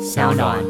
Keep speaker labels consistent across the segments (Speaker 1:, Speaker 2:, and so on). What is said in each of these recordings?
Speaker 1: 小暖。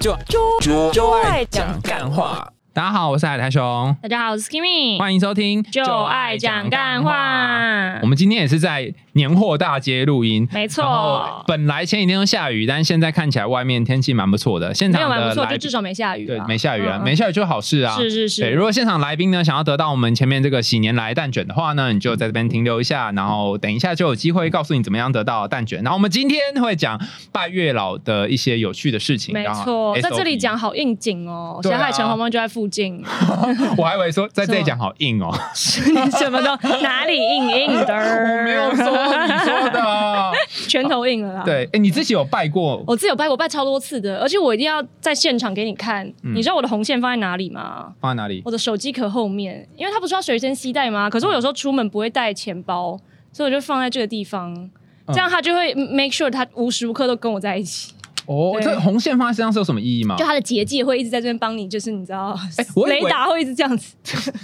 Speaker 2: 就
Speaker 3: 就
Speaker 2: 就爱讲干话。
Speaker 3: 大家好，我是海苔熊，
Speaker 1: 大家好，我是 Kimi，
Speaker 3: 欢迎收听《
Speaker 1: 就爱讲干话
Speaker 3: 我》。们今天也是在年货大街录音，
Speaker 1: 没错
Speaker 3: 然后本来前几天都下雨，但现在看起来外面天气蛮不错的。现
Speaker 1: 没有
Speaker 3: 场
Speaker 1: 蛮
Speaker 3: 的
Speaker 1: 不错，
Speaker 3: 来
Speaker 1: 就至少没下雨
Speaker 3: 对
Speaker 1: 吧。
Speaker 3: 没下雨啊，
Speaker 1: 嗯嗯
Speaker 3: 没下雨就好事啊。
Speaker 1: 是是是
Speaker 3: 对，如果现场来宾呢想要得到我们前面这个喜年来蛋卷的话呢，你就在这边停留一下，然后等一下就有机会告诉你怎么样得到蛋卷。然后我们今天会讲拜月老的一些有趣的事情，哎
Speaker 1: 没
Speaker 3: 然后
Speaker 1: 错，在
Speaker 3: SOP
Speaker 1: 这里讲好应景哦，
Speaker 3: 对
Speaker 1: 霞
Speaker 3: 啊
Speaker 1: 海城隍庙就在附近，
Speaker 3: 我还以为说在这里讲好硬 哦，
Speaker 1: 你什么都哪里硬硬的，
Speaker 3: 我没有说你说 的。
Speaker 1: 拳头硬了啦。
Speaker 3: 对，哎、你自己有拜过？
Speaker 1: 我自己有拜，我拜超多次的，而且我一定要在现场给你看。
Speaker 3: 嗯
Speaker 1: 你知道我的红线放在哪里吗？
Speaker 3: 放在哪里？
Speaker 1: 我的手机壳后面，因为它不是要随身携带吗？可是我有时候出门不会带钱包，所以我就放在这个地方，
Speaker 3: 嗯
Speaker 1: 这样它就会 make sure 它无时无刻都跟我在一起，
Speaker 3: 哦，
Speaker 1: 对
Speaker 3: 这红线放在身上是有什么意义吗
Speaker 1: 就？它的结界会一直在这边帮你，就是你知道，
Speaker 3: 啊哎我以为啊
Speaker 1: 雷达会一直这样子，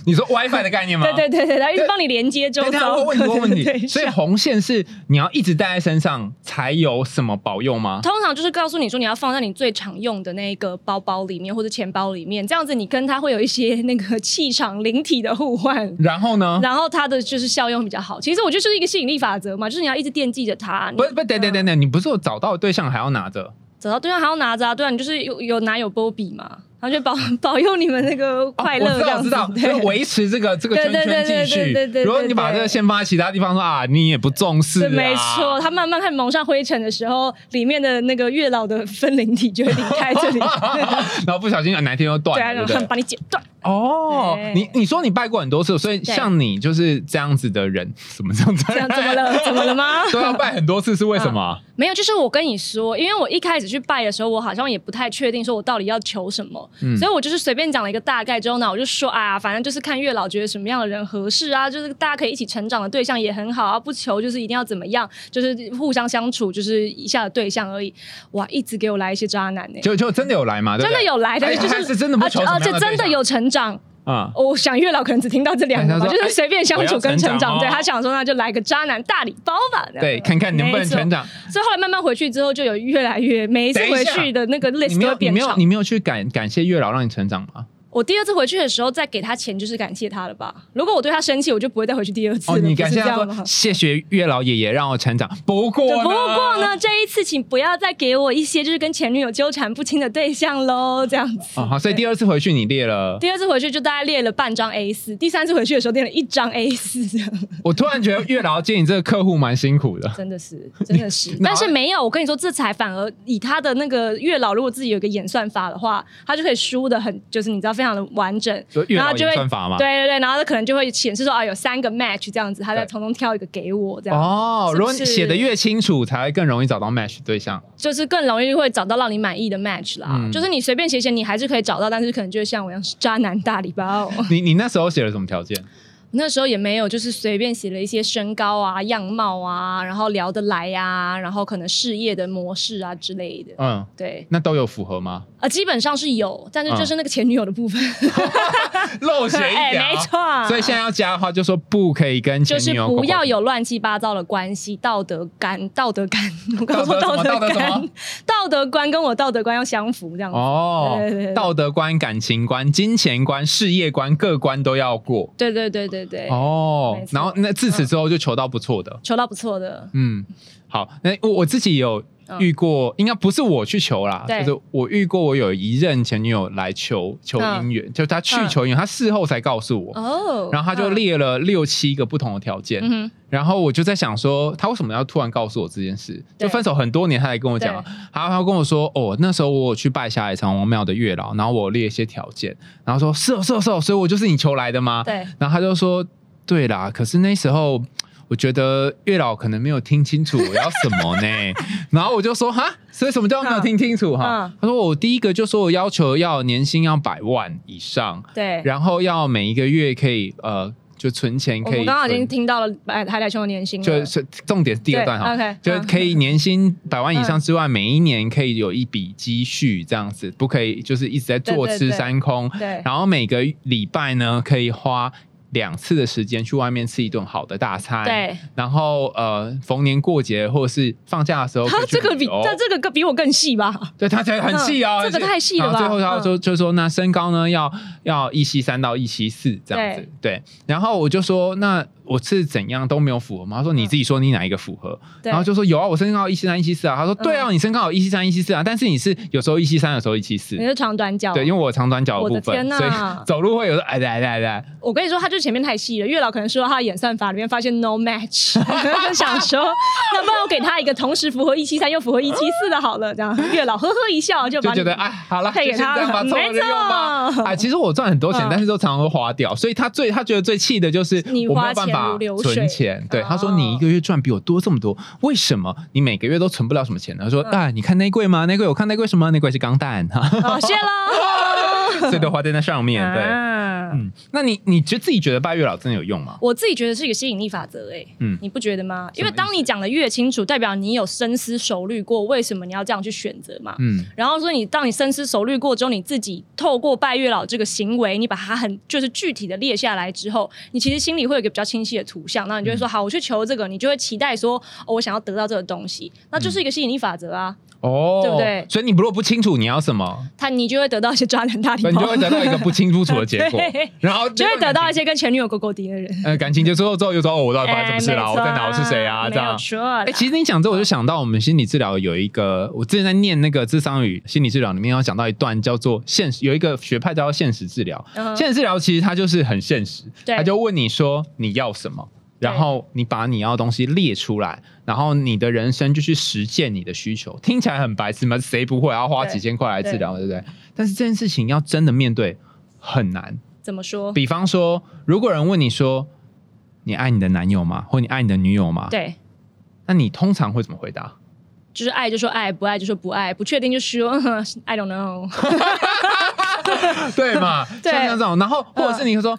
Speaker 3: 你说 WiFi 的概念吗？
Speaker 1: 对对对对，它一直帮你连接周
Speaker 3: 等一下哎
Speaker 1: 遭。
Speaker 3: 我问 你，我问
Speaker 1: 对对
Speaker 3: 你，
Speaker 1: 对
Speaker 3: 所以红线是你要一直带在身上才有什么保佑吗？
Speaker 1: 通常就是告诉你说你要放在你最常用的那个包包里面或者钱包里面，这样子你跟它会有一些那个气场灵体的互换。
Speaker 3: 然后呢？
Speaker 1: 然后它的就是效用比较好，其实我觉得就是一个吸引力法则嘛，就是你要一直惦记着它。你
Speaker 3: 不不，等等等等，你不是有找到对象还要拿着？
Speaker 1: 找到对象还要拿着啊，对啊，你就是有有拿有波比嘛，然后就保 保佑你们那个快乐
Speaker 3: 哦我知道，
Speaker 1: 这
Speaker 3: 我
Speaker 1: 样
Speaker 3: 知
Speaker 1: 子。
Speaker 3: 道，
Speaker 1: 对
Speaker 3: 就维持这个这个
Speaker 1: 对
Speaker 3: 圈
Speaker 1: 对
Speaker 3: 圈
Speaker 1: 对
Speaker 3: 继续
Speaker 1: 对对对对。
Speaker 3: 如果你把这个线放在其他地方说啊，你也不重视
Speaker 1: 对
Speaker 3: 啊，
Speaker 1: 没错，它慢慢看蒙上灰尘的时候，里面的那个月老的分灵体就会离开这 里，
Speaker 3: 然后不小心啊哪一天又
Speaker 1: 对啊，
Speaker 3: 断了，对
Speaker 1: 然
Speaker 3: 不
Speaker 1: 后
Speaker 3: 对？
Speaker 1: 把你剪断。
Speaker 3: 哦，
Speaker 1: 对
Speaker 3: 你你说你拜过很多次，所以
Speaker 1: 对
Speaker 3: 像你就是这样子的人，怎么这样子？
Speaker 1: 这样怎么？了？怎么了吗？
Speaker 3: 都要拜很多次是为什么啊？
Speaker 1: 没有，就是我跟你说，因为我一开始去拜的时候，我好像也不太确定说我到底要求什么，
Speaker 3: 嗯
Speaker 1: 所以我就是随便讲了一个大概之后呢，我就说啊，反正就是看月老觉得什么样的人合适啊，就是大家可以一起成长的对象也很好啊，不求就是一定要怎么样，就是互相相处就是以下的对象而已。哇，一直给我来一些渣男呢、
Speaker 3: 就就真的有来嘛？对不
Speaker 1: 真
Speaker 3: 对
Speaker 1: 的有来的，
Speaker 3: 哎
Speaker 1: 就
Speaker 3: 他
Speaker 1: 是
Speaker 3: 是真的不求什么样
Speaker 1: 而
Speaker 3: 的
Speaker 1: 且
Speaker 3: 对象
Speaker 1: 真的有成长。
Speaker 3: 啊。
Speaker 1: 我想月老可能只听到这两个吧，
Speaker 3: 哎他
Speaker 1: 就
Speaker 3: 说
Speaker 1: 是随便相处跟成
Speaker 3: 哎我要成长哦
Speaker 1: 长。对他想说，那就来个渣男大礼包吧。这样
Speaker 3: 对，看看能不能成。长。
Speaker 1: 所以后来慢慢回去之后，就有越来越每一次
Speaker 3: 等一
Speaker 1: 回
Speaker 3: 下
Speaker 1: 去的那个
Speaker 3: 你
Speaker 1: list
Speaker 3: 没
Speaker 1: 都
Speaker 3: 有，
Speaker 1: 会
Speaker 3: 你
Speaker 1: 变
Speaker 3: 没有，
Speaker 1: 长
Speaker 3: 你。没有去感感谢月老让你成长吗？
Speaker 1: 我第二次回去的时候再给他钱，就是感谢他了吧？如果我对他生气，我就不会再回去第二次了。
Speaker 3: 哦，你
Speaker 1: 不是
Speaker 3: 感谢
Speaker 1: 这
Speaker 3: 他
Speaker 1: 样吗
Speaker 3: 说？谢谢月老爷爷让我成长。不过
Speaker 1: 对
Speaker 3: 呢，
Speaker 1: 不过呢，这一次请不要再给我一些就是跟前女友纠缠不清的对象喽，这样子。
Speaker 3: 哦，好，所以第二次回去你列了。
Speaker 1: 第二次回去就大概列了半张 A 四，第三次回去的时候列了一张 A 四，这样
Speaker 3: 我突然觉得月老接你这个客户蛮辛苦的。。
Speaker 1: 真的是真的是但是没有，我跟你说，这才反而以他的那个月老，如果自己有一个演算法的话，他就可以输的很，就是你知道非常的完整。
Speaker 3: 就月
Speaker 1: 然
Speaker 3: 老
Speaker 1: 后就
Speaker 3: 演
Speaker 1: 会
Speaker 3: 算法嘛。
Speaker 1: 对对对，然后他可能就会显示说啊，有三个 match 这样子，他再
Speaker 3: 对
Speaker 1: 从中挑一个给我，这样、
Speaker 3: 哦，
Speaker 1: 是不嗯
Speaker 3: 如果你
Speaker 1: 是
Speaker 3: 写的越清楚，才会更容易找到 match 对象。
Speaker 1: 就是更容易会找到让你满意的 match 啦。
Speaker 3: 嗯
Speaker 1: 就是你随便写写，你还是可以找到，但是可能就像我一样是渣男大礼包。
Speaker 3: 你你那时候写了什么条件？
Speaker 1: 那时候也没有，就是随便写了一些身高啊、样貌啊，然后聊得来啊，然后可能事业的模式啊之类的。
Speaker 3: 嗯，
Speaker 1: 对，
Speaker 3: 那都有符合吗？
Speaker 1: 啊，基本上是有，但是
Speaker 3: 啊
Speaker 1: 就是那个前女友的部分，
Speaker 3: 漏写一
Speaker 1: 哎
Speaker 3: 条，
Speaker 1: 没。错。
Speaker 3: 所以现在要加的话，就说不可以跟前
Speaker 1: 就是
Speaker 3: 女友
Speaker 1: 不要
Speaker 3: 搞搞
Speaker 1: 有乱七八糟的关系，道德感、道德感，我刚刚说
Speaker 3: 道
Speaker 1: 道
Speaker 3: 德什么道德什
Speaker 1: 德感
Speaker 3: 么、
Speaker 1: 道德观跟我道德观要相符，这样子。
Speaker 3: 哦
Speaker 1: 对对对对，
Speaker 3: 道德观、感情观、金钱观、事业观，各关都要过
Speaker 1: 对对对对对，
Speaker 3: 哦
Speaker 1: 没。错
Speaker 3: 然后那自此之后就求到不错的，
Speaker 1: 求到不错的，
Speaker 3: 嗯，好，那我我自己有遇过，应该不是我去求啦，
Speaker 1: 嗯对
Speaker 3: 就是我遇过我有一任前女友来求求
Speaker 1: 嗯
Speaker 3: 姻缘，就她去求姻缘，她事后才告诉我，
Speaker 1: 哦，
Speaker 3: 然后她就
Speaker 1: 嗯，
Speaker 3: 列了六七个不同的条件，
Speaker 1: 嗯哼，
Speaker 3: 然后我就在想说，她为什么要突然告诉我这件事？
Speaker 1: 对
Speaker 3: 就分手很多年，她才跟我讲啊，然后她跟我说，哦，那时候我有去拜霞海城隍庙的月老，然后我有列一些条件，然后说是哦是哦是哦，所以我就是你求来的吗？
Speaker 1: 对，
Speaker 3: 然后他就说：“对啦，可是那时候我觉得月老可能没有听清楚我要什么呢。” 然后我就说：“哈，所以什么叫没有听清楚？哈
Speaker 1: 嗯？”
Speaker 3: 他说：“我第一个就说我要求要年薪要百万以上，
Speaker 1: 对。
Speaker 3: 然后要每一个月可以呃，就存钱
Speaker 1: 我
Speaker 3: 可
Speaker 1: 们
Speaker 3: 以
Speaker 1: 刚刚已经
Speaker 3: 存。”
Speaker 1: 听到了哎海海苔熊的年薪了，
Speaker 3: 就是重点是第二段哈
Speaker 1: 嗯对，OK，，
Speaker 3: 就
Speaker 1: 嗯
Speaker 3: 可以年薪百万以上之外，每一年可以有一笔积蓄，这样子不可以就是一直在坐
Speaker 1: 对对
Speaker 3: 吃
Speaker 1: 对
Speaker 3: 山空，
Speaker 1: 对，
Speaker 3: 然后每个礼拜呢可以花两次的时间去外面吃一顿好的大餐，，
Speaker 1: 对，
Speaker 3: 然后呃，逢年过节或者是放假的时候可
Speaker 1: 他
Speaker 3: 以去
Speaker 1: 这
Speaker 3: 旅游，
Speaker 1: 个比他这个比我更细吧？
Speaker 3: 对他才很细哦，
Speaker 1: 嗯这个太细了吧嗯
Speaker 3: 然后最后他就就说，那身高呢要要一七三到一七四这样子，对。然后我就说，那我是怎样都没有符合吗？他说你自己说你哪一个符合，
Speaker 1: 对嗯
Speaker 3: 然后就说有啊，我身高一七三一七四啊。他说对啊，你身高有一七三一七四啊，但是你是有时候一七三，有时候一七四
Speaker 1: 你。是长短脚，啊
Speaker 3: 对，因为我长短脚的部
Speaker 1: 嗯我的天
Speaker 3: 分，
Speaker 1: 哪
Speaker 3: 所以走路会有哎来来来，
Speaker 1: 我跟你说，他就前面太细了。月老可能说他的演算法里面发现 no match，就想说，那不然我给他一个同时符合一七三又符合一七四的好了，这样月老呵呵一笑就把
Speaker 3: 就觉
Speaker 1: 你
Speaker 3: 得哎好了，就
Speaker 1: 配给
Speaker 3: 先这
Speaker 1: 他
Speaker 3: 样吧，
Speaker 1: 了
Speaker 3: 凑合着用吧
Speaker 1: 没。错
Speaker 3: 哎，其实我赚很多钱
Speaker 1: 嗯，
Speaker 3: 但是都常常会花掉，所以他最他觉得最气的就是
Speaker 1: 你
Speaker 3: 我没
Speaker 1: 花
Speaker 3: 有办
Speaker 1: 钱
Speaker 3: 法
Speaker 1: 如流水
Speaker 3: 存钱。对，
Speaker 1: 哦
Speaker 3: 他说你一个月赚比我多这么多，为什么你每个月都存不了什么钱呢？他说
Speaker 1: 嗯
Speaker 3: 啊，你看内柜吗？内柜我看内柜什么？内柜是钢弹， 哈哈
Speaker 1: 哦，谢喽。
Speaker 3: 所以都花在那上面。 对，
Speaker 1: 啊
Speaker 3: 嗯，那你你觉得自己觉得拜月老真的有用吗？
Speaker 1: 我自己觉得是一个吸引力法则、欸，哎，
Speaker 3: 嗯
Speaker 1: 你不觉得吗？
Speaker 3: 什
Speaker 1: 因
Speaker 3: 么
Speaker 1: 为当你讲的越清楚，代表你有深思熟虑过为什么你要这样去选择嘛。
Speaker 3: 嗯，
Speaker 1: 然后所以你当你深思熟虑过之后，你自己透过拜月老这个行为，你把它很就是具体的列下来之后，你其实心里会有一个比较清晰的图像，那你就会说、好，我去求这个，你就会期待说、哦、我想要得到这个东西，
Speaker 3: 嗯
Speaker 1: 那就是一个吸引力法则啊，
Speaker 3: 哦，
Speaker 1: 对不对
Speaker 3: 所以你如果不清楚你要什么，
Speaker 1: 他你就会得到一些抓男大礼
Speaker 3: 那
Speaker 1: 包，
Speaker 3: 你就会得到一个不清不楚的结果
Speaker 1: 对，
Speaker 3: 然后
Speaker 1: 就会得到一
Speaker 3: 些。
Speaker 1: 些跟前女友勾勾搭 的人。
Speaker 3: 呃，感情结束后之后，就说哦我到底发生什么事啦？
Speaker 1: 哎
Speaker 3: 我在哪？我是谁啊？这样
Speaker 1: 没，错啦，
Speaker 3: 哎、其实你讲这，我就想到我们心理治疗有一个，我之前在念那个智商与心理治疗里面要讲到一段叫做现实，有一个学派叫做现实治疗。
Speaker 1: 嗯
Speaker 3: 现实治疗其实它就是很现实，
Speaker 1: 对
Speaker 3: 他就问你说你要什么，
Speaker 1: 对
Speaker 3: 然后你把你要的东西列出来，然后你的人生就去实践你的需求。听起来很白痴嘛，谁不会啊要花
Speaker 1: 对
Speaker 3: 几千块来治疗，对不对？但是这件事情要真的面对很难。
Speaker 1: 怎么说？
Speaker 3: 比方说，如果有人问你说你爱你的男友吗，或你爱你的女友吗？
Speaker 1: 对，
Speaker 3: 那你通常会怎么回 答？
Speaker 1: 就是爱就说爱，不爱就说不爱，不确定就说嗯 I don't know。
Speaker 3: 对嘛？像
Speaker 1: 对嗯
Speaker 3: 像这种，然后或者是你说，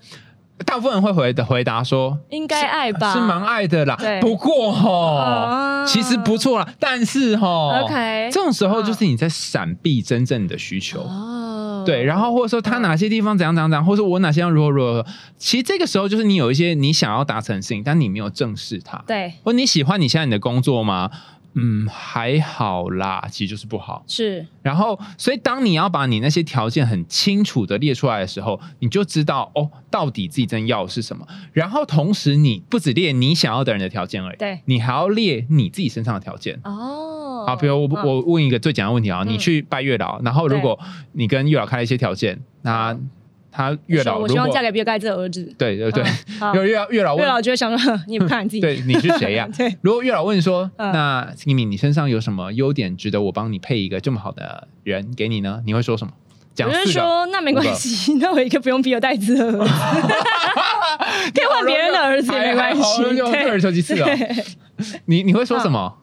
Speaker 3: 大部分人会回的回答说。
Speaker 1: 应该爱吧？
Speaker 3: 啊是蛮爱的啦
Speaker 1: 对，
Speaker 3: 不过吼
Speaker 1: 啊，
Speaker 3: 其实不错啦，但是吼
Speaker 1: OK
Speaker 3: 这种时候就是你在闪避真正的需求，
Speaker 1: 哦，
Speaker 3: 对，然后或者说他哪些地方怎样怎样怎样，或者说我哪些地方如何如何，其实这个时候就是你有一些你想要达成的事情，但你没有正视它，
Speaker 1: 对
Speaker 3: 或你喜欢你现在你的工作吗？嗯，还好啦，其实就是不好，
Speaker 1: 是
Speaker 3: 然后，所以当你要把你那些条件很清楚的列出来的时候，你就知道哦，到底自己真要的是什么。然后同时，你不只列你想要的人的条件而已，
Speaker 1: 对
Speaker 3: 你还要列你自己身上的条件。
Speaker 1: 哦。
Speaker 3: 好，比如我、
Speaker 1: 嗯
Speaker 3: 我问一个最简单的问题啊，
Speaker 1: 嗯
Speaker 3: 你去拜月老，然后如果你跟月老开了一些条件，那他月
Speaker 1: 说
Speaker 3: 老
Speaker 1: 我
Speaker 3: 如
Speaker 1: 希望
Speaker 3: 果
Speaker 1: 嫁给比尔盖茨的儿子。
Speaker 3: 对对对，
Speaker 1: 嗯好
Speaker 3: 有 月老月老
Speaker 1: 月
Speaker 3: 问
Speaker 1: 老就会想说， 哼你也不看看你自己，、
Speaker 3: 对你是谁呀
Speaker 1: 对
Speaker 3: 如果月老问说，
Speaker 1: 嗯
Speaker 3: 那 Kimi 你身上有什么优点值得我帮你配一个这么好的人给你呢？你会说什么？讲
Speaker 1: 我就
Speaker 3: 四
Speaker 1: 是
Speaker 3: 个，
Speaker 1: 说那没关系， 那我一个不用比尔盖茨 的儿子，可以换别人的儿子也没关系
Speaker 3: 哎好用
Speaker 1: 对
Speaker 3: 退而求其次哦。你你会说什么？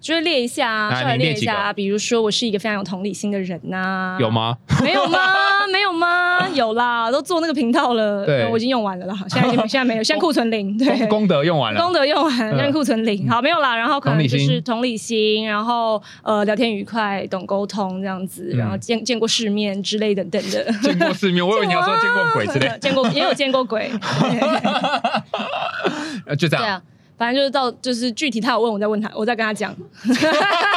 Speaker 1: 就是列一下啊，
Speaker 3: 来
Speaker 1: 稍微
Speaker 3: 你列
Speaker 1: 列一
Speaker 3: 几
Speaker 1: 下啊，
Speaker 3: 个
Speaker 1: 比如说我是一个非常有同理心的人呐，
Speaker 3: 有？吗？
Speaker 1: 没有吗？ 没有吗？有啦，都做那个频道了，
Speaker 3: 对
Speaker 1: 呃我已经用完了啦，现在 已经现在没有，现在库存零，对，
Speaker 3: 功德用完了
Speaker 1: 功，德用完，
Speaker 3: 嗯
Speaker 1: 让库存零。好，没有啦。然后可
Speaker 3: 同
Speaker 1: 能
Speaker 3: 理
Speaker 1: 就
Speaker 3: 心
Speaker 1: 是同理心，然后呃，聊天愉快，懂沟通这样子，
Speaker 3: 嗯
Speaker 1: 然后见见过世面之类等等的。，
Speaker 3: 见过世面，我以为你要说见过鬼之类
Speaker 1: 见过也有见 过鬼，对
Speaker 3: 呃就这
Speaker 1: 对
Speaker 3: 样。
Speaker 1: 啊。反正就是到就是具体他有问我再问他，我再跟他讲。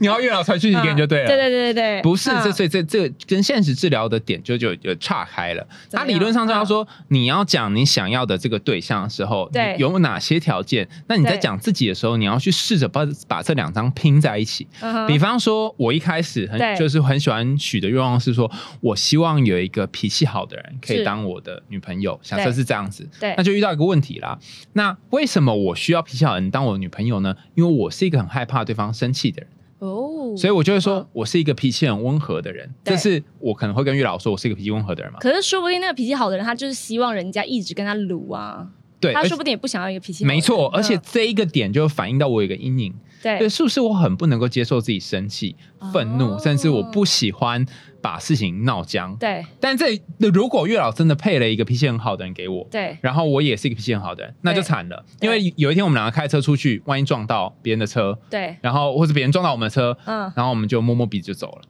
Speaker 3: 你要月老传讯息给你就对了。
Speaker 1: 对对对对对，
Speaker 3: 不是，
Speaker 1: 嗯
Speaker 3: 这所以这这跟现实治疗的点就就就岔开了。
Speaker 1: 怎
Speaker 3: 它
Speaker 1: 么样嗯
Speaker 3: 理论上就要说，你要讲你想要的这个对象的时候，
Speaker 1: 对
Speaker 3: 你有哪些条件？那你在
Speaker 1: 对
Speaker 3: 讲自己的时候，你要去试着把把这两张拼在一起。
Speaker 1: 嗯哼
Speaker 3: 比方说，我一开始
Speaker 1: 对
Speaker 3: 很就是很喜欢许的愿望是说，我希望有一个脾气好的人可
Speaker 1: 是
Speaker 3: 以当我的女朋友，假设
Speaker 1: 对
Speaker 3: 是这样子，
Speaker 1: 对
Speaker 3: 那就遇到一个问题啦。那为什么我需要脾气好的人当我的女朋友呢？因为我是一个很害怕对方生气的人。
Speaker 1: 哦，
Speaker 3: 所以我就会说
Speaker 1: 嗯，
Speaker 3: 我是一个脾气很温和的人，
Speaker 1: 对
Speaker 3: 这是我可能会跟月老说，我是一个脾气温和的人嘛。
Speaker 1: 可是说不定那个脾气好的人，他就是希望人家一直跟他撸啊，
Speaker 3: 对，
Speaker 1: 他
Speaker 3: 而
Speaker 1: 说不定也不想要一个脾气好的人。
Speaker 3: 没错，而且
Speaker 1: 嗯
Speaker 3: 这一个点就反映到我有一个阴影，对，
Speaker 1: 对
Speaker 3: 是不是我很不能够接受自己生气、愤怒，
Speaker 1: 哦
Speaker 3: 甚至我不喜欢把事情闹僵。
Speaker 1: 对
Speaker 3: 但这如果月老真的配了一个脾气很好的人给我，
Speaker 1: 对，
Speaker 3: 然后我也是一个脾气很好的人，那就惨了，
Speaker 1: 对
Speaker 3: 因为有一天我们两个开车出去，万一撞到别人的车，
Speaker 1: 对，
Speaker 3: 然后或者别人撞到我们的车，
Speaker 1: 嗯，
Speaker 3: 然后我们就摸摸鼻子就走了。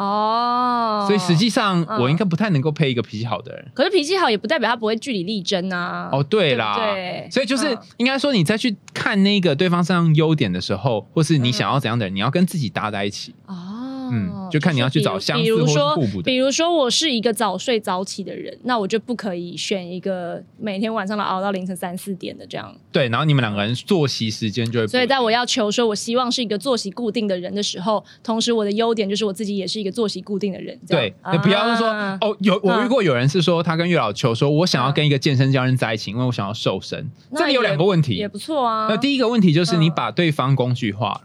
Speaker 1: 哦，
Speaker 3: 所以实际上
Speaker 1: 嗯
Speaker 3: 我应该不太能够配一个脾气好的人。
Speaker 1: 可是脾气好也不代表他不会据理力争啊。
Speaker 3: 哦，对
Speaker 1: 对
Speaker 3: 啦，
Speaker 1: 不对
Speaker 3: 所以就是
Speaker 1: 嗯
Speaker 3: 应该说，你再去看那个对方身上优点的时候，或
Speaker 1: 嗯
Speaker 3: 是你想要怎样的人，你要跟自己搭在一起。
Speaker 1: 哦，
Speaker 3: 嗯就看你要去找相似
Speaker 1: 比如
Speaker 3: 或是
Speaker 1: 说
Speaker 3: 互补的
Speaker 1: 比如说我是一个早睡早起的人，那我就不可以选一个每天晚上都熬到凌晨三四点的这样。
Speaker 3: 对，然后你们两个人作息时间就会不一样。
Speaker 1: 所以在我要求说我希望是一个作息固定的人的时候，同时我的优点就是我自己也是一个作息固定的人。这样
Speaker 3: 对，那不要是说、
Speaker 1: 啊
Speaker 3: 哦，有我遇过有人是说他跟月老求说，我想要
Speaker 1: 啊
Speaker 3: 跟一个健身教练在一起，因为我想要瘦身。
Speaker 1: 那
Speaker 3: 这里有
Speaker 1: 也
Speaker 3: 两个问
Speaker 1: 也
Speaker 3: 题，
Speaker 1: 不错啊。
Speaker 3: 那第一个问题就是你
Speaker 1: 嗯
Speaker 3: 把对方工具化了，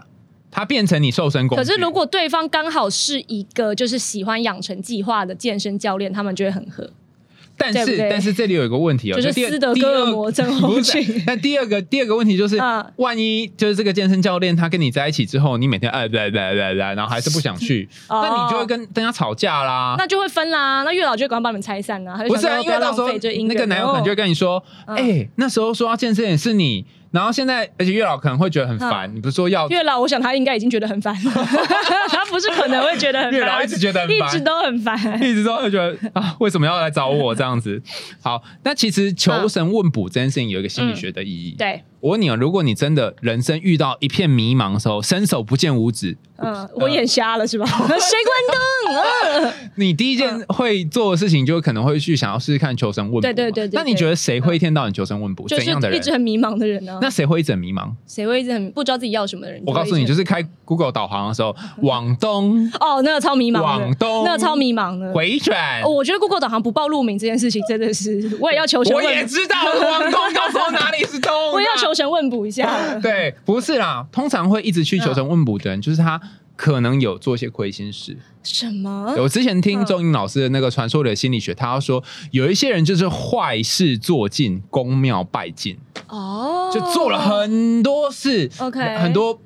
Speaker 3: 他变成你瘦身工具。
Speaker 1: 可是如果对方刚好是一个就是喜欢养成计划的健身教练，他们就会很合。
Speaker 3: 但
Speaker 1: 对
Speaker 3: 是
Speaker 1: 不对
Speaker 3: 但是这里有一个问题哦，
Speaker 1: 就是
Speaker 3: 第二
Speaker 1: 斯德
Speaker 3: 第
Speaker 1: 哥尔
Speaker 3: 二
Speaker 1: 摩症候
Speaker 3: 不是
Speaker 1: 群
Speaker 3: 那第二个第二个问题就是
Speaker 1: 嗯，
Speaker 3: 万一就是这个健身教练他跟你在一起之后，你每天哎来来来来，然后还是不想去，
Speaker 1: 哦
Speaker 3: 那你就会跟跟他吵架啦。
Speaker 1: 那就会分啦。那月老就赶快把你们拆散啦。他就
Speaker 3: 不是
Speaker 1: 想
Speaker 3: 啊，
Speaker 1: 说
Speaker 3: 因为
Speaker 1: 不要
Speaker 3: 到时候
Speaker 1: 浪费这姻缘哦
Speaker 3: 那个男友可能就会跟你说：“哎、
Speaker 1: 嗯
Speaker 3: 那时候说要健身也是你，然后现在而且月老可能会觉得很烦，你不是说要
Speaker 1: 嗯月老，我想他应该已经觉 得很烦了，他不是可能会觉得很烦，
Speaker 3: 月老一直觉得很烦
Speaker 1: 一直都 很烦。
Speaker 3: 一直都会觉得啊，为什么要来找我这样子？好，那其实求神问卜这件事情有一个
Speaker 1: 嗯
Speaker 3: 心理学的意义。
Speaker 1: 对，
Speaker 3: 我问你哦，如果你真的人生遇到一片迷茫的时候，伸手不见五指，
Speaker 1: 嗯，我眼瞎了是 吧？谁
Speaker 3: 呃
Speaker 1: 关灯？嗯
Speaker 3: 你第一件会做的事情就可能会去想要试试看求神问卜嘛。
Speaker 1: 对对对对对嗯
Speaker 3: 那你觉得谁会一天到晚求神问卜？
Speaker 1: 就
Speaker 3: 怎样的
Speaker 1: 是一
Speaker 3: 人？
Speaker 1: 直很迷茫的人呢、啊
Speaker 3: 那谁会一直很迷茫？
Speaker 1: 谁会一直很不知道自己要什么的人？
Speaker 3: 我告诉你，就是开 Google 导航的时候，往东
Speaker 1: 哦，那个超迷茫的，
Speaker 3: 往东
Speaker 1: 那个超迷茫的。
Speaker 3: 回转
Speaker 1: 哦，。我觉得 Google 导航不报路名这件事情真的是，我也要求神
Speaker 3: 我
Speaker 1: 问，
Speaker 3: 也知道往东到时候哪里是东啊，
Speaker 1: 我也要求神问卜一下 了。
Speaker 3: 对，不是啦，通常会一直去
Speaker 1: 嗯
Speaker 3: 求神问卜的人，就是他可能有做一些亏心事。
Speaker 1: 什么？
Speaker 3: 我之前听
Speaker 1: 嗯
Speaker 3: 周英老师的那个《传说里的心理学》，他说有一些人就是坏事做尽，公庙拜尽，
Speaker 1: 哦，
Speaker 3: 就做了很多事
Speaker 1: OK
Speaker 3: 很多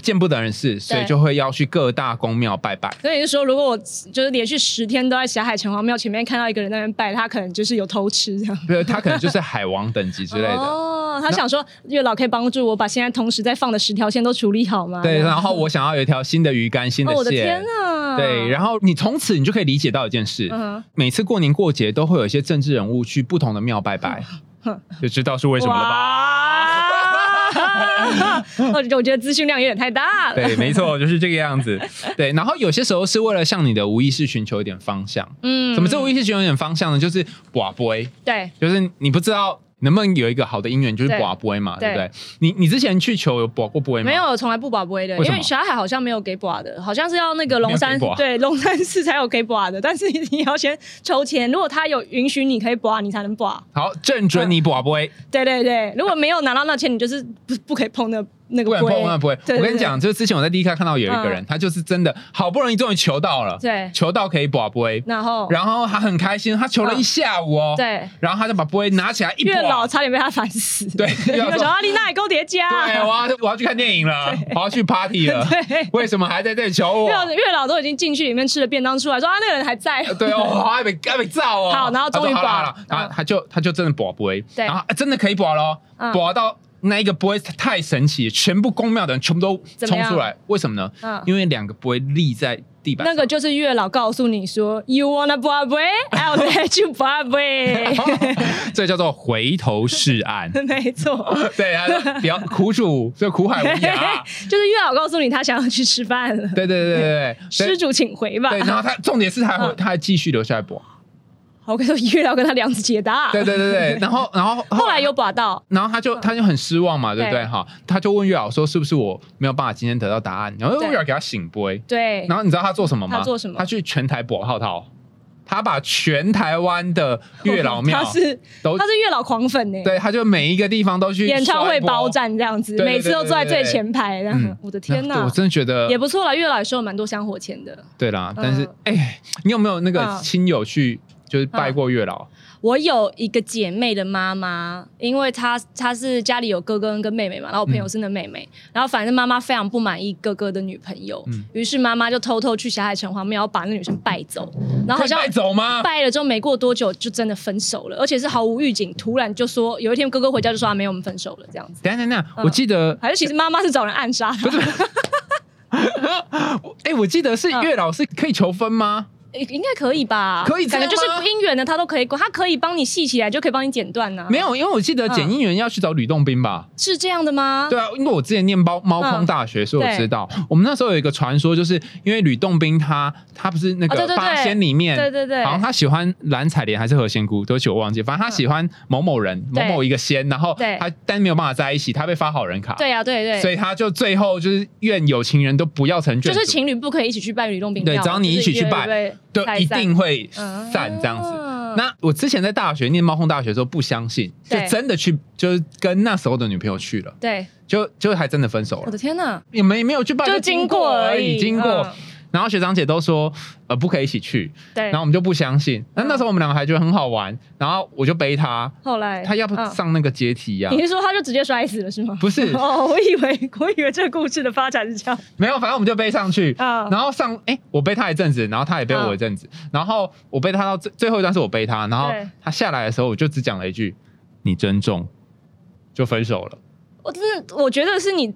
Speaker 3: 见不得人事，所以
Speaker 1: 对
Speaker 3: 就会要去各大公庙拜拜。
Speaker 1: 所以是说，如果我就是连续十天都在霞海城隍庙前面看到一个人在那边拜，他可能就是有偷吃这样
Speaker 3: 对，他可能就是海王等级之类的。
Speaker 1: 哦，他想说月老可以帮助我把现在同时在放的十条线都处理好吗？
Speaker 3: 对，
Speaker 1: 这样
Speaker 3: 然后我想要有一条新的鱼竿，新
Speaker 1: 哦，我的
Speaker 3: 线
Speaker 1: 天。啊！
Speaker 3: 对，然后你从此你就可以理解到一件事，
Speaker 1: 嗯
Speaker 3: 每次过年过节都会有一些政治人物去不同的庙拜拜，
Speaker 1: 嗯
Speaker 3: 就知道是为什么了吧？
Speaker 1: 哇！我 我觉得资讯量有点太 大了。
Speaker 3: 对，没错，就是这个样子。对，然后有些时候是为了向你的无意识寻求一点方向。
Speaker 1: 嗯
Speaker 3: 什么叫无意识寻求一点方向呢？就是寡杯，
Speaker 1: 对
Speaker 3: 就是你不知道能不能有一个好的姻缘，就是
Speaker 1: 对
Speaker 3: 寡杯嘛，对
Speaker 1: 对
Speaker 3: 不对？你你之前去求有寡过杯吗？
Speaker 1: 没有，我从来不把杯的，
Speaker 3: 为什
Speaker 1: 因
Speaker 3: 么
Speaker 1: 为霞海好像没有给把的，好像是要那个龙山
Speaker 3: 没有给拔
Speaker 1: 对龙山寺才有给把的，但是你要先抽签，如果他有允许你可以把，你才能把。
Speaker 3: 好，正准你寡杯。
Speaker 1: 对对对，如果没有拿到那钱，你就是不不可以碰那那个
Speaker 3: 不
Speaker 1: 龟
Speaker 3: 然碰碰不会。
Speaker 1: 对对嗯
Speaker 3: 我跟你讲，就是之前我在第一看到有一个人，他就是真的好不容易终于求到了，
Speaker 1: 对嗯
Speaker 3: 求到可以把杯，
Speaker 1: 对然后
Speaker 3: 然后他很开心，他求了一下午哦，，
Speaker 1: 对
Speaker 3: 然后他就把杯拿起来一
Speaker 1: 月
Speaker 3: 拨。
Speaker 1: 老差点被他烦死。
Speaker 3: 对月
Speaker 1: 有
Speaker 3: 老说
Speaker 1: 小阿丽娜也勾叠啊加。
Speaker 3: 对，我要我要去看电影了，我要去 party 了，为什么还在这里求 我
Speaker 1: 月？老月老都已经进去里面吃了便当出来，说啊那个人还在。
Speaker 3: 对哦，还没还没照哦。
Speaker 1: 好然后终于
Speaker 3: 他说好
Speaker 1: 拔
Speaker 3: 了，好了然后
Speaker 1: 嗯
Speaker 3: 他就他就真的拔杯，
Speaker 1: 对
Speaker 3: 然后啊真的可以拔喽，
Speaker 1: 嗯
Speaker 3: 拔到那一个杯太神奇了，全部公庙的人全部都
Speaker 1: 怎么
Speaker 3: 冲
Speaker 1: 样
Speaker 3: 出来，为什么呢？
Speaker 1: 嗯
Speaker 3: 因为两个杯立在地板上，
Speaker 1: 那个就是月老告诉你说，You wanna b a b i l l let you b a b i
Speaker 3: 这叫做回头是岸。
Speaker 1: 没错，
Speaker 3: 对啊，不要苦主，就苦海无涯。
Speaker 1: 就是月老告诉你他想要去吃饭了，
Speaker 3: 哎对对对对对，
Speaker 1: 施主请回吧
Speaker 3: 对，。 然后他重点是他还
Speaker 1: 嗯
Speaker 3: 他还继续留下来播。
Speaker 1: 我跟你说，月老跟他两次解答。
Speaker 3: 对对对对，然后然后
Speaker 1: 后来有把到，
Speaker 3: 然后他就他就很失望嘛，对不对？
Speaker 1: 嗯对
Speaker 3: 哈，他就问月老说：“是不是我没有办法今天得到答案？”然后
Speaker 1: 对
Speaker 3: 月老给他醒杯。
Speaker 1: 对，
Speaker 3: 然后你知道他做什么吗？
Speaker 1: 他做什么
Speaker 3: 他去全台博浩涛，他把全台湾的月老庙
Speaker 1: 他是
Speaker 3: 都
Speaker 1: 他是月老狂粉呢、
Speaker 3: 对，他就每一个地方都去
Speaker 1: 演唱
Speaker 3: 刷一
Speaker 1: 会
Speaker 3: 波
Speaker 1: 包。站这样子，
Speaker 3: 对对对
Speaker 1: 每次都坐在最前排，这样。
Speaker 3: 嗯
Speaker 1: 我的天
Speaker 3: 对
Speaker 1: 呐
Speaker 3: 我，真的觉得
Speaker 1: 也不错啦，月老也收了蛮多香火钱的。
Speaker 3: 对啦，但是
Speaker 1: 嗯
Speaker 3: 哎、你有没有那个
Speaker 1: 嗯
Speaker 3: 亲友去就是拜过月老？
Speaker 1: 我有一个姐妹的妈妈，因为她她是家里有哥哥跟妹妹嘛，然后我朋友是那妹妹，然后反正妈妈非常不满意哥哥的女朋友，
Speaker 3: 嗯
Speaker 1: 于是妈妈就偷偷去霞海城隍庙把那女生拜走，然后
Speaker 3: 可以
Speaker 1: 好像
Speaker 3: 带走吗？
Speaker 1: 拜了之后没过多久就真的分手了，而且是毫无预警，突然就说有一天哥哥回家就说啊没有我们分手了这样子，
Speaker 3: 等一下等一下，
Speaker 1: 嗯
Speaker 3: 我记得
Speaker 1: 还是其实妈妈是找人暗杀他。
Speaker 3: 哎、我记得是
Speaker 1: 嗯
Speaker 3: 月老是可以求分吗？
Speaker 1: 诶应该可以吧？
Speaker 3: 可以这
Speaker 1: 感
Speaker 3: 样
Speaker 1: 觉
Speaker 3: 吗
Speaker 1: 就是姻缘的，他都可以管，他可以帮你系起来，就可以帮你剪断呢、
Speaker 3: 没有，因为我记得检
Speaker 1: 嗯
Speaker 3: 姻缘要去找吕洞宾吧。
Speaker 1: 是这样的吗？
Speaker 3: 对啊，因为我之前念猫猫空大学，
Speaker 1: 嗯
Speaker 3: 所以我知道我们那时候有一个传说，就是因为吕洞宾他他不是那
Speaker 1: 哦对
Speaker 3: 个
Speaker 1: 对对
Speaker 3: 八仙里面，
Speaker 1: 对对对
Speaker 3: 好像他喜欢蓝采莲还是何仙姑，对不起我忘记，反正他喜欢某某人某
Speaker 1: 对
Speaker 3: 某一个仙，然后
Speaker 1: 对
Speaker 3: 他但没有办法在一起，他被发好人卡，
Speaker 1: 对呀、啊对对，
Speaker 3: 所以他就最后就是愿有情人都不要成眷
Speaker 1: 就
Speaker 3: 属，
Speaker 1: 是情侣不可以一起去拜吕洞宾庙，
Speaker 3: 对只要你一起去拜
Speaker 1: 就
Speaker 3: 就是一
Speaker 1: 一定
Speaker 3: 定会
Speaker 1: 嗯
Speaker 3: 散这样子。那我之前在大学念猫空大学的时候不相信，就
Speaker 1: 对
Speaker 3: 真的去，就是跟那时候的女朋友去了，
Speaker 1: 对，
Speaker 3: 就就还真的分手
Speaker 1: 我
Speaker 3: 了，
Speaker 1: 的天呐，
Speaker 3: 也没没有去拜，
Speaker 1: 就
Speaker 3: 经
Speaker 1: 经过而
Speaker 3: 而
Speaker 1: 已，
Speaker 3: 经过。
Speaker 1: 嗯
Speaker 3: 然后学长姐都说，呃，不可以一起去，
Speaker 1: 对
Speaker 3: 然后，我们就不相信。那
Speaker 1: 嗯
Speaker 3: 那时候我们两个还觉得很好玩，然后我就背他，
Speaker 1: 后来
Speaker 3: 他要不
Speaker 1: 嗯
Speaker 3: 上那个阶梯呀、
Speaker 1: 你是说他就直接摔死了是吗？
Speaker 3: 不是
Speaker 1: 哦，我以为 我以为这个故事的发展是这样
Speaker 3: 没有，反正我们就背上去，
Speaker 1: 啊，
Speaker 3: 然后上哎、我背他一阵子，然后他也背我一阵子，然后我背他到最最后一段是我背他，然后
Speaker 1: 嗯对
Speaker 3: 他下来的时候我就只讲了一句“你真重”，就分手了，
Speaker 1: 我真的我觉得是你。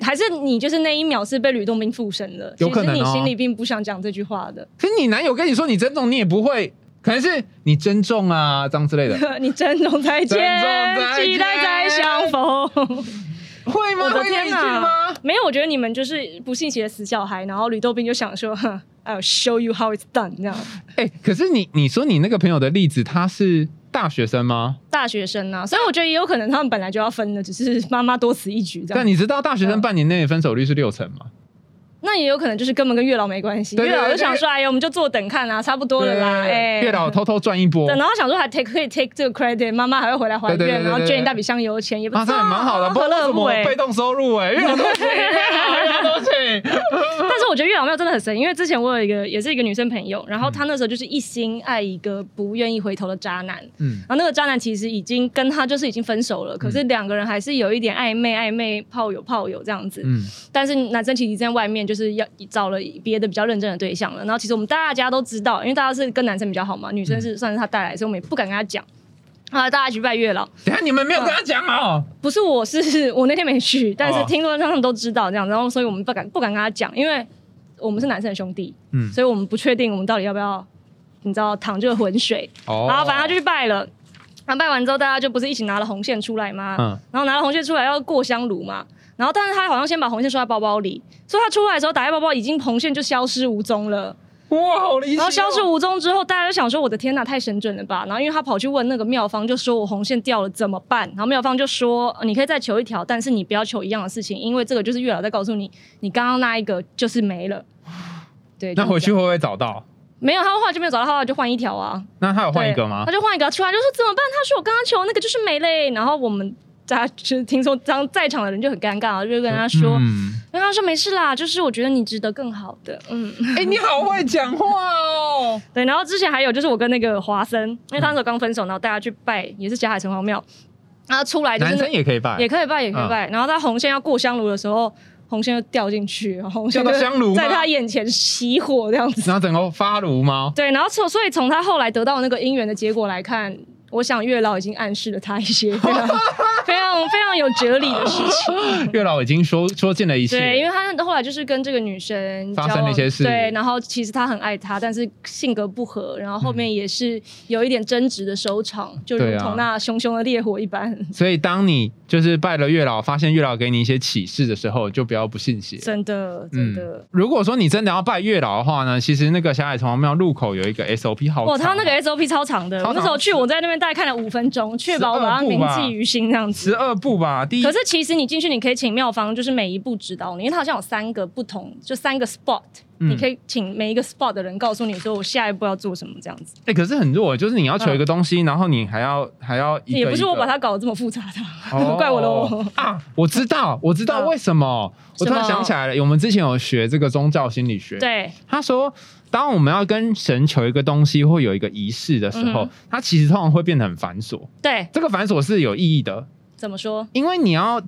Speaker 1: 还是你就是那一秒是被吕洞宾附身了，
Speaker 3: 有可能哦
Speaker 1: 其实你心里并不想讲这句话的，
Speaker 3: 可是你男友跟你说你真重，你也不会，可能是你珍重啊，这样之类的，
Speaker 1: 你珍重再
Speaker 3: 珍
Speaker 1: 见，
Speaker 3: 重再见
Speaker 1: 期待再相逢。
Speaker 3: 会吗？
Speaker 1: 我的
Speaker 3: 会那
Speaker 1: 天
Speaker 3: 一句
Speaker 1: 哪
Speaker 3: 吗？
Speaker 1: 没有，我觉得你们就是不信邪的死小孩，然后吕洞宾就想说哼，I'll show you how it's done 这样。
Speaker 3: 哎、可是你你说你那个朋友的例子，他是大学生吗？
Speaker 1: 大学生啊，所以我觉得也有可能他们本来就要分的，只是妈妈多此一举这
Speaker 3: 但
Speaker 1: 样。
Speaker 3: 你知道大学生半年内的分手率是六成吗？
Speaker 1: 那也有可能就是根本跟月老没关系，
Speaker 3: 对对
Speaker 1: 月老
Speaker 3: 对
Speaker 1: 就想说，哎呀，我们就坐等看啊，差不多了啦，哎，
Speaker 3: 月老。偷偷赚一波
Speaker 1: 对，。然后想说还 take 可以 take 这个 credit，妈妈还会回来还愿，
Speaker 3: 哦对对对对对
Speaker 1: 然后捐一大笔香油钱，也不
Speaker 3: 啊，
Speaker 1: 错，
Speaker 3: 这也蛮好的，不
Speaker 1: 何
Speaker 3: 知道为
Speaker 1: 乐欸
Speaker 3: 什
Speaker 1: 不
Speaker 3: 么
Speaker 1: 为。
Speaker 3: 被动收入哎、月老都请，月老都请。
Speaker 1: 但 是我觉得月老庙真的很神，因为之前我有一个也是一个女生朋友，然后她那时候就是一心爱一个不愿意回头的渣男，
Speaker 3: 嗯
Speaker 1: 然后那个渣男其实已经跟她就是已经分手了，可是两个人还是有一点暧昧暧昧炮友炮友这样子，
Speaker 3: 嗯，
Speaker 1: 但是男生其实在外面就是要找了别的比较认真的对象了，然后其实我们大家都知道，因为大家是跟男生比较好嘛，女生
Speaker 3: 嗯
Speaker 1: 是算是他带来，所以我们也不敢跟他讲。啊！大家去拜月老，
Speaker 3: 等一下你们没有跟他讲哦。
Speaker 1: 不是我是 我那天没去，但是
Speaker 3: 哦
Speaker 1: 听说他们都知道这样，然后所以我们不敢不敢跟他讲，因为我们是男生的兄弟，
Speaker 3: 嗯，
Speaker 1: 所以我们不确定我们到底要不要，你知道淌这个浑水。
Speaker 3: 哦
Speaker 1: 然后反正他就去拜了，然后拜完之后大家就不是一起拿了红线出来吗？
Speaker 3: 嗯
Speaker 1: 然后拿了红线出来要过香炉嘛，然后但是他好像先把红线收在包包里，所以他出来的时候打开包包，已经红线就消失无踪了。
Speaker 3: 哇，好离奇哦。
Speaker 1: 然后消失无踪之后，大家就想说我的天呐，太神准了吧！然后因为他跑去问那个妙方，就说我红线掉了怎么办？然后妙方就说呃你可以再求一条，但是你不要求一样的事情，因为这个就是月老在告诉你，你刚刚那一个就是没了。对，
Speaker 3: 那
Speaker 1: 就是
Speaker 3: 回
Speaker 1: 这
Speaker 3: 去
Speaker 1: 样
Speaker 3: 会不会找到？
Speaker 1: 没有，他后来就没有找到，他后来就换一条啊。
Speaker 3: 那他有换一
Speaker 1: 对
Speaker 3: 个吗
Speaker 1: 他？就换一个出来，就说怎么办？他说我刚刚求那个就是没嘞。然后我们大家就是听说当在场的人就很尴尬，然后就跟他说，
Speaker 3: 嗯，
Speaker 1: 跟他说没事啦，就是我觉得你值得更好的，嗯，
Speaker 3: 哎、你好会讲话哦。
Speaker 1: 对。然后之前还有就是我跟那个华生，因为他那时候刚分手，然后大家去拜也是霞海城隍庙，然后出来哎就是
Speaker 3: 男
Speaker 1: 那
Speaker 3: 生也可以拜，嗯
Speaker 1: 也可以拜也可以拜，然后他红线要过香炉的时候。红线就掉进去，然后红线
Speaker 3: 掉到
Speaker 1: 就
Speaker 3: 香炉吗
Speaker 1: 在他眼前熄火这样子。
Speaker 3: 然后整个发炉吗？
Speaker 1: 对，然后所所以从他后来得到那个姻缘的结果来看，我想月老已经暗示了他一些非常 非常非常有哲理的事情。
Speaker 3: 月老已经说说尽了一切。
Speaker 1: 对，因为他后来就是跟这个女生
Speaker 3: 发
Speaker 1: 交往
Speaker 3: 生了一些事
Speaker 1: 对，然后其实他很爱她，但是性格不合，然后后面也是有一点争执的收场，就
Speaker 3: 嗯对
Speaker 1: 如
Speaker 3: 啊
Speaker 1: 同那熊熊的烈火一般。
Speaker 3: 所以当你就是拜了月老，发现月老给你一些启示的时候，就不要不信邪。
Speaker 1: 真的，
Speaker 3: 嗯
Speaker 1: 真的。
Speaker 3: 如果说你真的要拜月老的话呢，其实那个霞海城隍庙入口有一个 SOP 好
Speaker 1: 哇，
Speaker 3: 长哦，
Speaker 1: 他那个 SOP 超长的，
Speaker 3: 超
Speaker 1: 我那时候
Speaker 3: 长
Speaker 1: 去，我在那边大概看了五分钟，确保我把
Speaker 3: 12
Speaker 1: 它
Speaker 3: 步
Speaker 1: 铭
Speaker 3: 吧
Speaker 1: 记于心这样子。
Speaker 3: 十二步吧，第一
Speaker 1: 可是其实你进去，你可以请妙方，就是每一步指导你，因为它好像有三个不同，就三个 spot，、
Speaker 3: 嗯
Speaker 1: 你可以请每一个 spot 的人告诉你说我下一步要做什么这样子。
Speaker 3: 哎、可是很弱，就是你要求一个东西，然后你还要还要一个
Speaker 1: 也不是我把
Speaker 3: 它
Speaker 1: 它搞得这么复杂的， 怪我喽。
Speaker 3: 啊！我知 道，我知道
Speaker 1: 嗯
Speaker 3: 为什么。我突然
Speaker 1: 什么
Speaker 3: 想起来了，我们之前有学这个宗教心理学，
Speaker 1: 对，
Speaker 3: 他说，当我们要跟神求一个东西或有一个仪式的时候，
Speaker 1: 嗯哼
Speaker 3: 它其实通常会变得很繁琐。
Speaker 1: 对，
Speaker 3: 这个繁琐是有意义的，
Speaker 1: 怎么说？
Speaker 3: 因为你要，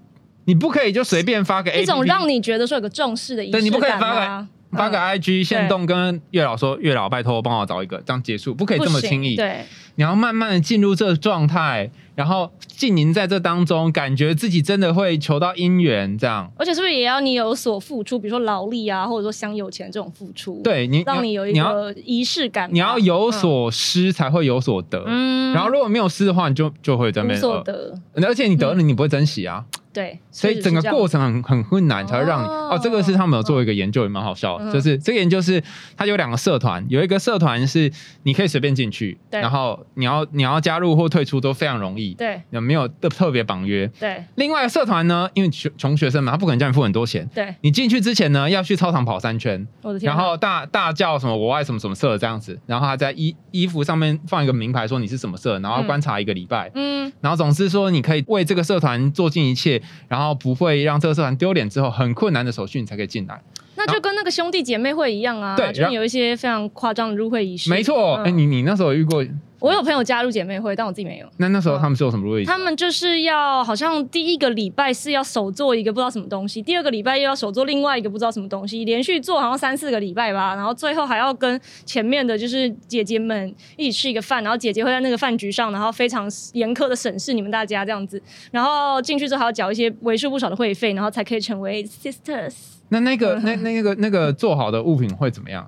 Speaker 3: 你不可以就随便发个 APP,
Speaker 1: 一种让你觉得说有个重视的仪
Speaker 3: 对你
Speaker 1: 式
Speaker 3: 不可以
Speaker 1: 感
Speaker 3: 发
Speaker 1: 啊，
Speaker 3: 发个 IG 线动跟月老说，月老拜托帮我找一个，这样结束，不可以这么轻易。
Speaker 1: 对，
Speaker 3: 你要慢慢的进入这个状态，然后浸淫在这当中，感觉自己真的会求到姻缘，这样。
Speaker 1: 而且是不是也要你有所付出，比如说劳力啊，或者说香油钱这种付出，，
Speaker 3: 对你，
Speaker 1: 嗯让你有一
Speaker 3: 你要
Speaker 1: 个仪式感吧。
Speaker 3: 你要有所失才会有所得。
Speaker 1: 嗯，
Speaker 3: 然后如果没有失的话，你就就会在那
Speaker 1: 无
Speaker 3: 边
Speaker 1: 所
Speaker 3: 饿，
Speaker 1: 得，嗯
Speaker 3: 而且你得了你不会珍惜啊，
Speaker 1: 对，
Speaker 3: 所以整个过
Speaker 1: 程
Speaker 3: 程很很困难，才会让你
Speaker 1: 哦
Speaker 3: 哦。这个是他们有做一个研究，也蛮好笑的，
Speaker 1: 嗯
Speaker 3: 就是这个研究是它有两个社团，有一个社团是你可以随便进去，
Speaker 1: 对
Speaker 3: 然后你要你要加入或退出都非常容易，
Speaker 1: 对
Speaker 3: 没有特特别绑约。
Speaker 1: 对
Speaker 3: 另外一个社团呢，因为穷穷学生嘛，他不可能叫你付很多钱。
Speaker 1: 对，
Speaker 3: 你进去之前呢，要去操场跑三圈，
Speaker 1: 我的天
Speaker 3: 然
Speaker 1: 哪，
Speaker 3: 后大大叫什么我爱什么什么社这样子，然后他在衣衣服上面放一个名牌说你是什么社，然后
Speaker 1: 嗯
Speaker 3: 观察一个礼拜，
Speaker 1: 嗯，
Speaker 3: 然后总之说你可以为这个社团做尽一切，然后不会让这个社团丢脸之后很困难的手续你才可以进来。
Speaker 1: 那就跟那个兄弟姐妹会一样啊，
Speaker 3: 对
Speaker 1: 就
Speaker 3: 然
Speaker 1: 是有一些非常夸张的入会仪式。
Speaker 3: 没错，
Speaker 1: 嗯
Speaker 3: 哎、你你那时候有遇过，
Speaker 1: 我有朋友加入姐妹会，但我自己没有。
Speaker 3: 那那时候他
Speaker 1: 嗯
Speaker 3: 们是有什么路易？
Speaker 1: 他们就是要好像第一个礼拜是要手做一个不知道什么东西，第二个礼拜又要手做另外一个不知道什么东西，连续做好像三四个礼拜吧，然后最后还要跟前面的就是姐姐们一起吃一个饭，然后姐姐会在那个饭局上，然后非常严苛的审视你们大家这样子，然后进去之后还要缴一些为数不少的会费，然后才可以成为 sisters。
Speaker 3: 那那个那那那个那个做好的物品会怎么 样？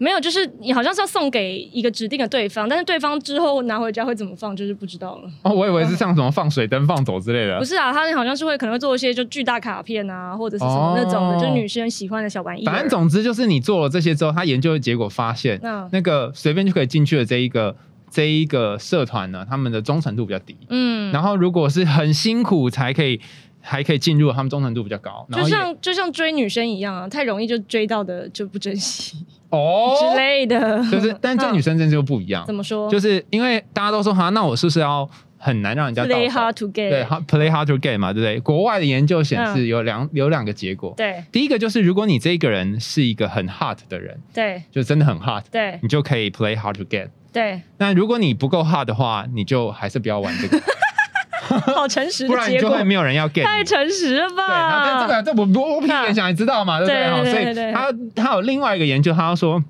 Speaker 1: 没有，就是你好像是要送给一个指定的对方，但是对方之后拿回家会怎么放，就是不知道了。
Speaker 3: 哦，我以为是像什么放水灯、放走之类的
Speaker 1: 不。是啊，他好像是会可能会做一些就巨大卡片啊，或者是什么那种的，
Speaker 3: 哦
Speaker 1: 就是女生喜欢的小玩意儿。
Speaker 3: 反正总之就是你做了这些之后，他研究的结果发现，
Speaker 1: 嗯
Speaker 3: 那个随便就可以进去的这一个这一个社团呢，他们的忠诚度比较低。
Speaker 1: 嗯，
Speaker 3: 然后如果是很辛苦才可以还可以进入，他们忠诚度比较高。然
Speaker 1: 就
Speaker 3: 后也
Speaker 1: 像就像追女生一样啊，太容易就追到的就不珍惜、
Speaker 3: 哦
Speaker 1: 之类的。
Speaker 3: 就是，但是这女生真的就不一样
Speaker 1: 嗯，怎么说？
Speaker 3: 就是因为大家都说哈，那我是不是要很难让人家到
Speaker 1: play
Speaker 3: 手
Speaker 1: hard to get。
Speaker 3: 对哈，play hard to get 嘛，对不对？国外的研究显示
Speaker 1: 嗯
Speaker 3: 有两、有两个结果，
Speaker 1: 对
Speaker 3: 第一个就是如果你这个人是一个很 hard 的人，
Speaker 1: 对
Speaker 3: 就真的很 hard，
Speaker 1: 对
Speaker 3: 你就可以 play hard to get。
Speaker 1: 对，
Speaker 3: 那如果你不够 hard 的话，你就还是不要玩这 个，
Speaker 1: 好诚实
Speaker 3: 不
Speaker 1: 的
Speaker 3: 然你
Speaker 1: 结
Speaker 3: 就
Speaker 1: 果
Speaker 3: 会，没有人要 get
Speaker 1: 太
Speaker 3: 你。
Speaker 1: 诚实了
Speaker 3: 对，然后
Speaker 1: 吧？
Speaker 3: 但这个这我我屁眼想也知道嘛，对不对？
Speaker 1: 啊对
Speaker 3: 哈
Speaker 1: 对
Speaker 3: 所
Speaker 1: 对
Speaker 3: 以
Speaker 1: 对
Speaker 3: 他他有另外一个研究，他说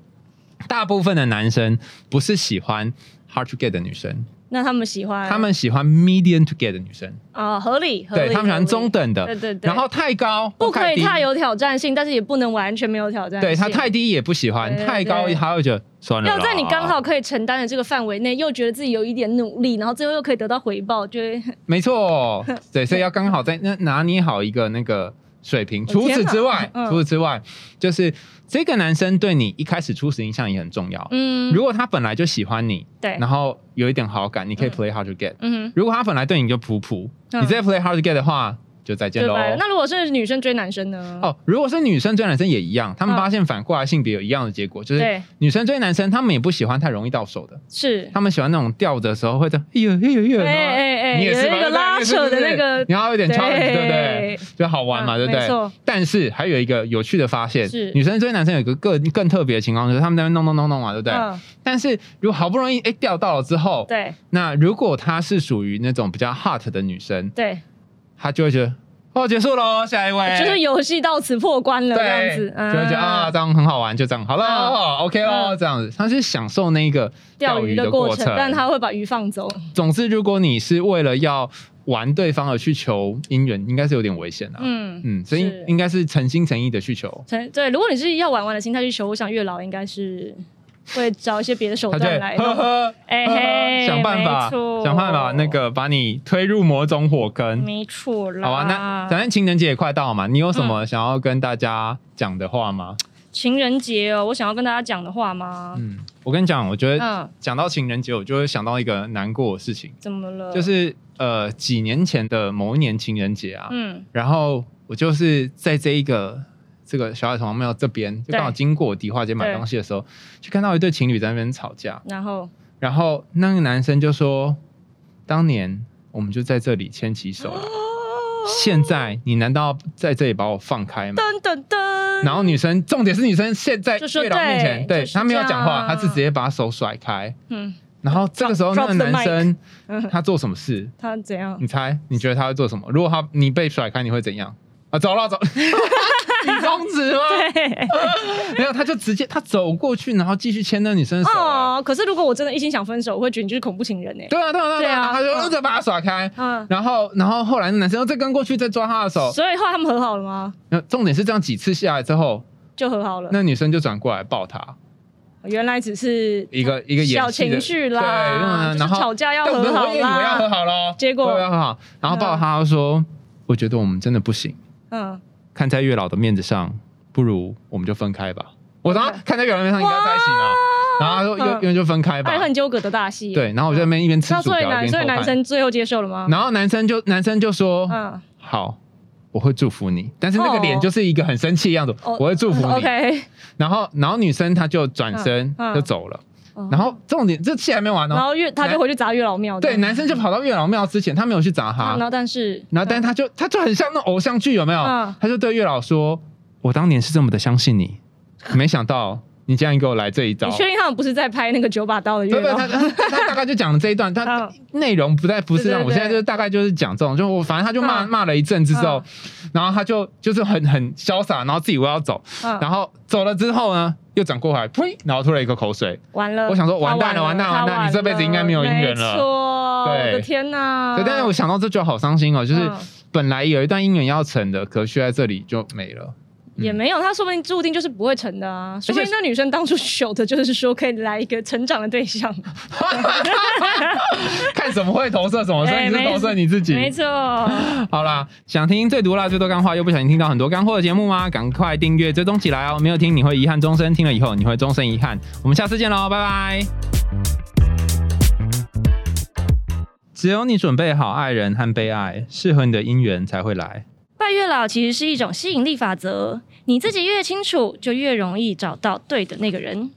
Speaker 3: 大部分的男生不是喜欢 hard to get 的女生，
Speaker 1: 那他们喜欢
Speaker 3: 他们喜欢 medium to get 的女生，
Speaker 1: 啊，合理，哎合理
Speaker 3: 对他们喜欢中，等
Speaker 1: 合理对
Speaker 3: 的，
Speaker 1: 对对，
Speaker 3: 然后太高
Speaker 1: 不
Speaker 3: 或
Speaker 1: 可以
Speaker 3: 低
Speaker 1: 太有挑战性，但是也不能完全没有挑战性。
Speaker 3: 对他太低也不喜欢，
Speaker 1: 对对
Speaker 3: 太高
Speaker 1: 对
Speaker 3: 他会觉得算了啦。
Speaker 1: 要在你刚好可以承担的这个范围内，又觉得自己有一点努力，然后最后又可以得到回报，就会
Speaker 3: 没 错，对，所以要刚好在那拿捏好一个那个水平。
Speaker 1: 我
Speaker 3: 除
Speaker 1: 天
Speaker 3: 此
Speaker 1: 哪
Speaker 3: 之外，
Speaker 1: 嗯
Speaker 3: 除此之外，就是这个男生对你一开始初始印象也很重要。
Speaker 1: 嗯，
Speaker 3: 如果他本来就喜欢你，
Speaker 1: 对，
Speaker 3: 然后有一点好感，你可以
Speaker 1: 嗯
Speaker 3: play hard to get。
Speaker 1: 嗯
Speaker 3: 如果他本来对你就普普，
Speaker 1: 嗯
Speaker 3: 你再 play hard to get 的话，就再
Speaker 1: 哼，
Speaker 3: 见
Speaker 1: 对
Speaker 3: 喽。
Speaker 1: 吧？那如果是女生追男生呢？，
Speaker 3: 哦，如果是女生追男生也一样，他们
Speaker 1: 嗯
Speaker 3: 发现反过来性别有一样的结果，就是
Speaker 1: 对，
Speaker 3: 女生追男生，他们也不喜欢太容易到手的，
Speaker 1: 是，
Speaker 3: 他们喜欢那种吊着的时候会这样，哎呦哎呦哎呦，
Speaker 1: 哎
Speaker 3: 然后
Speaker 1: 哎哎，
Speaker 3: 你也
Speaker 1: 有
Speaker 3: 是吧
Speaker 1: 一个拉扯的那个，
Speaker 3: 然后有点 challenge，对不对？就好玩嘛，
Speaker 1: 嗯
Speaker 3: 对不
Speaker 1: 没错
Speaker 3: 对？但是还有一个有趣的发现
Speaker 1: 是，
Speaker 3: 女生追男生有一个更更特别的情况，就是他们在那边弄弄弄弄嘛，对不对？
Speaker 1: 嗯，
Speaker 3: 但是如果好不容易哎钓到了之后，
Speaker 1: 对
Speaker 3: 那如果她是属于那种比较 hot 的女生，
Speaker 1: 对，
Speaker 3: 她就会觉得哦结束喽，下一位，
Speaker 1: 就是游戏到此破关了
Speaker 3: 对
Speaker 1: 这样子，
Speaker 3: 就会觉得啊这样很好玩，就这样好了、
Speaker 1: 嗯
Speaker 3: 哦 o k 哦、
Speaker 1: 嗯
Speaker 3: 这样子，她是享受那个
Speaker 1: 钓鱼
Speaker 3: 的
Speaker 1: 的过
Speaker 3: 程
Speaker 1: 程，，但他会把鱼放走，
Speaker 3: 总之如果你是为了要玩对方而去求姻缘，应该是有点危险的、啊。
Speaker 1: 嗯。
Speaker 3: 嗯，所以
Speaker 1: 是
Speaker 3: 应该是诚心诚意的去求。
Speaker 1: 成对，如果你是要玩玩的心态去求，我想月老应该是会找一些别的手
Speaker 3: 他就会
Speaker 1: 段来
Speaker 3: 呵呵，
Speaker 1: 哎
Speaker 3: 呵
Speaker 1: 嘿
Speaker 3: 呵呃想办法
Speaker 1: 没，错
Speaker 3: 想办法那个把你推入某种火坑。
Speaker 1: 没错啦。
Speaker 3: 好吧，那反正情人节也快到嘛，你有什
Speaker 1: 嗯
Speaker 3: 么想要跟大家讲的话吗？
Speaker 1: 情人节哦，我想要跟大家讲的话吗？
Speaker 3: 嗯，我跟你讲，我觉得
Speaker 1: 嗯，
Speaker 3: 讲到情人节，我就会想到一个难过的事情，
Speaker 1: 怎么了？
Speaker 3: 就是呃几年前的某一年情人节啊，
Speaker 1: 嗯，
Speaker 3: 然后我就是在这一个这个小海豚庙这边，就刚好
Speaker 1: 对
Speaker 3: 经过迪化街买
Speaker 1: 对
Speaker 3: 东西的时候，就看到一对情侣在那边吵架，
Speaker 1: 然后
Speaker 3: 然后那个男生就说：“当年我们就在这里牵起手了，
Speaker 1: 哦
Speaker 3: 现在你难道在这里把我放开吗
Speaker 1: 噔噔？”噔，
Speaker 3: 然后女生，重点是女生现在
Speaker 1: 就说
Speaker 3: 月老面前，
Speaker 1: 对
Speaker 3: 对
Speaker 1: 就是
Speaker 3: 她没有讲话，
Speaker 1: 这样啊
Speaker 3: 她是直接把手甩开。
Speaker 1: 嗯，
Speaker 3: 然后这个时候，那
Speaker 1: Drop-
Speaker 3: 个
Speaker 1: drop the
Speaker 3: 男生
Speaker 1: 嗯
Speaker 3: 他做什么事？
Speaker 1: 他怎样？
Speaker 3: 你猜？你觉得 他会做什么？如果他你被甩开，你会怎样？啊，走了走，你终止吗？没有，他就直接他走过去，然后继续牵那女生的手、啊。
Speaker 1: 哦，可是如果我真的一心想分手，我会觉得你就是恐怖情人哎、
Speaker 3: 对啊，对啊，对
Speaker 1: 对
Speaker 3: 啊，
Speaker 1: 啊
Speaker 3: 然后他就呃再把他耍开。
Speaker 1: 嗯，
Speaker 3: 然后，然后后来那男生又再跟过去，再抓他的手。
Speaker 1: 所以后来他们和好了吗？
Speaker 3: 那重点是这样几次下来之后，
Speaker 1: 就和好了。
Speaker 3: 那女生就转过来抱他，
Speaker 1: 原来只是
Speaker 3: 一个一个演
Speaker 1: 哦小
Speaker 3: 戏的
Speaker 1: 情绪
Speaker 3: 对，
Speaker 1: 啦，
Speaker 3: 嗯
Speaker 1: 就
Speaker 3: 然
Speaker 1: 是
Speaker 3: 后
Speaker 1: 吵架要
Speaker 3: 但我
Speaker 1: 和
Speaker 3: 们
Speaker 1: 好
Speaker 3: 我以为你们要和
Speaker 1: 啦。
Speaker 3: 好咯，
Speaker 1: 结果
Speaker 3: 我以为要和好，然后抱他说：“我觉得我们真的不行，
Speaker 1: 嗯，
Speaker 3: 看在月老的面子上，不如我们就分开吧。”我当时看在月老面子上应该在一起嘛，然后他说：“
Speaker 1: 嗯
Speaker 3: 要要就分开吧
Speaker 1: 爱。恨纠葛的大戏。”，啊
Speaker 3: 对，然后我就在那边一边吃
Speaker 1: 那
Speaker 3: 薯
Speaker 1: 所以
Speaker 3: 条
Speaker 1: 男
Speaker 3: 一
Speaker 1: 所
Speaker 3: 边偷
Speaker 1: 以男
Speaker 3: 看，
Speaker 1: 生最后接受了吗？
Speaker 3: 然后男生就男生就说：“
Speaker 1: 嗯
Speaker 3: 好。”我会祝福你，但是那个
Speaker 1: 哦
Speaker 3: 脸就是一个很生气的样子。
Speaker 1: 哦
Speaker 3: 我会祝福你。
Speaker 1: ，OK。
Speaker 3: 然后，然后女生她就转身、
Speaker 1: 嗯嗯
Speaker 3: 就走了。
Speaker 1: 哦
Speaker 3: 然后重点这戏还没完哦，
Speaker 1: 然后月他就回去砸月老庙。
Speaker 3: 对，
Speaker 1: 这样
Speaker 3: 男生就跑到月老庙之前，他没有去砸他
Speaker 1: 然，后但是，
Speaker 3: 然后但是他就他就很像那种偶像剧，有没有
Speaker 1: 嗯？
Speaker 3: 他就对月老说：“我当年是这么的相信你，没想到你竟然给我来这一招
Speaker 1: 你。”确定他们不是在拍那个九把刀的月
Speaker 3: 对对，
Speaker 1: 老？嗯
Speaker 3: 他他他大概就讲了这一段，他内容不在不是让
Speaker 1: 对对
Speaker 3: 我现在
Speaker 1: 对
Speaker 3: 就是大概就是讲这种，就我反正他就骂
Speaker 1: 嗯
Speaker 3: 骂了一阵子之后
Speaker 1: 嗯，
Speaker 3: 然后他就就是很很潇洒，然后自己我要走，
Speaker 1: 嗯
Speaker 3: 然后走了之后呢，又转过来，呸，然后吐了一口口水，
Speaker 1: 完了，
Speaker 3: 我想说完蛋了
Speaker 1: 他
Speaker 3: 完蛋
Speaker 1: 了，
Speaker 3: 完蛋
Speaker 1: 他
Speaker 3: 你这辈子应该没有姻缘了
Speaker 1: 没错，
Speaker 3: 对
Speaker 1: 我的天哪！
Speaker 3: 对，但是我想到这就好伤心哦，就是
Speaker 1: 嗯
Speaker 3: 本来有一段姻缘要成的，可却在这里就没了。
Speaker 1: 也没有，他说不定注定就是不会成的啊，说不定那女生当初 求的就是说可以来一个成长的对象，
Speaker 3: 看什么会投射什么，所以
Speaker 1: 哎
Speaker 3: 你是
Speaker 1: 没
Speaker 3: 投射你自己。
Speaker 1: 没错，
Speaker 3: 好啦，想听最毒辣、最多干话，又不小心听到很多干货的节目吗？赶快订阅追踪起来哦！没有听你会遗憾终身，听了以后你会终身遗憾。我们下次见喽，拜拜！只有你准备好爱人和被爱，适合你的姻缘才会来。
Speaker 1: 拜月老其实是一种吸引力法则，你自己越清楚，就越容易找到对的那个人。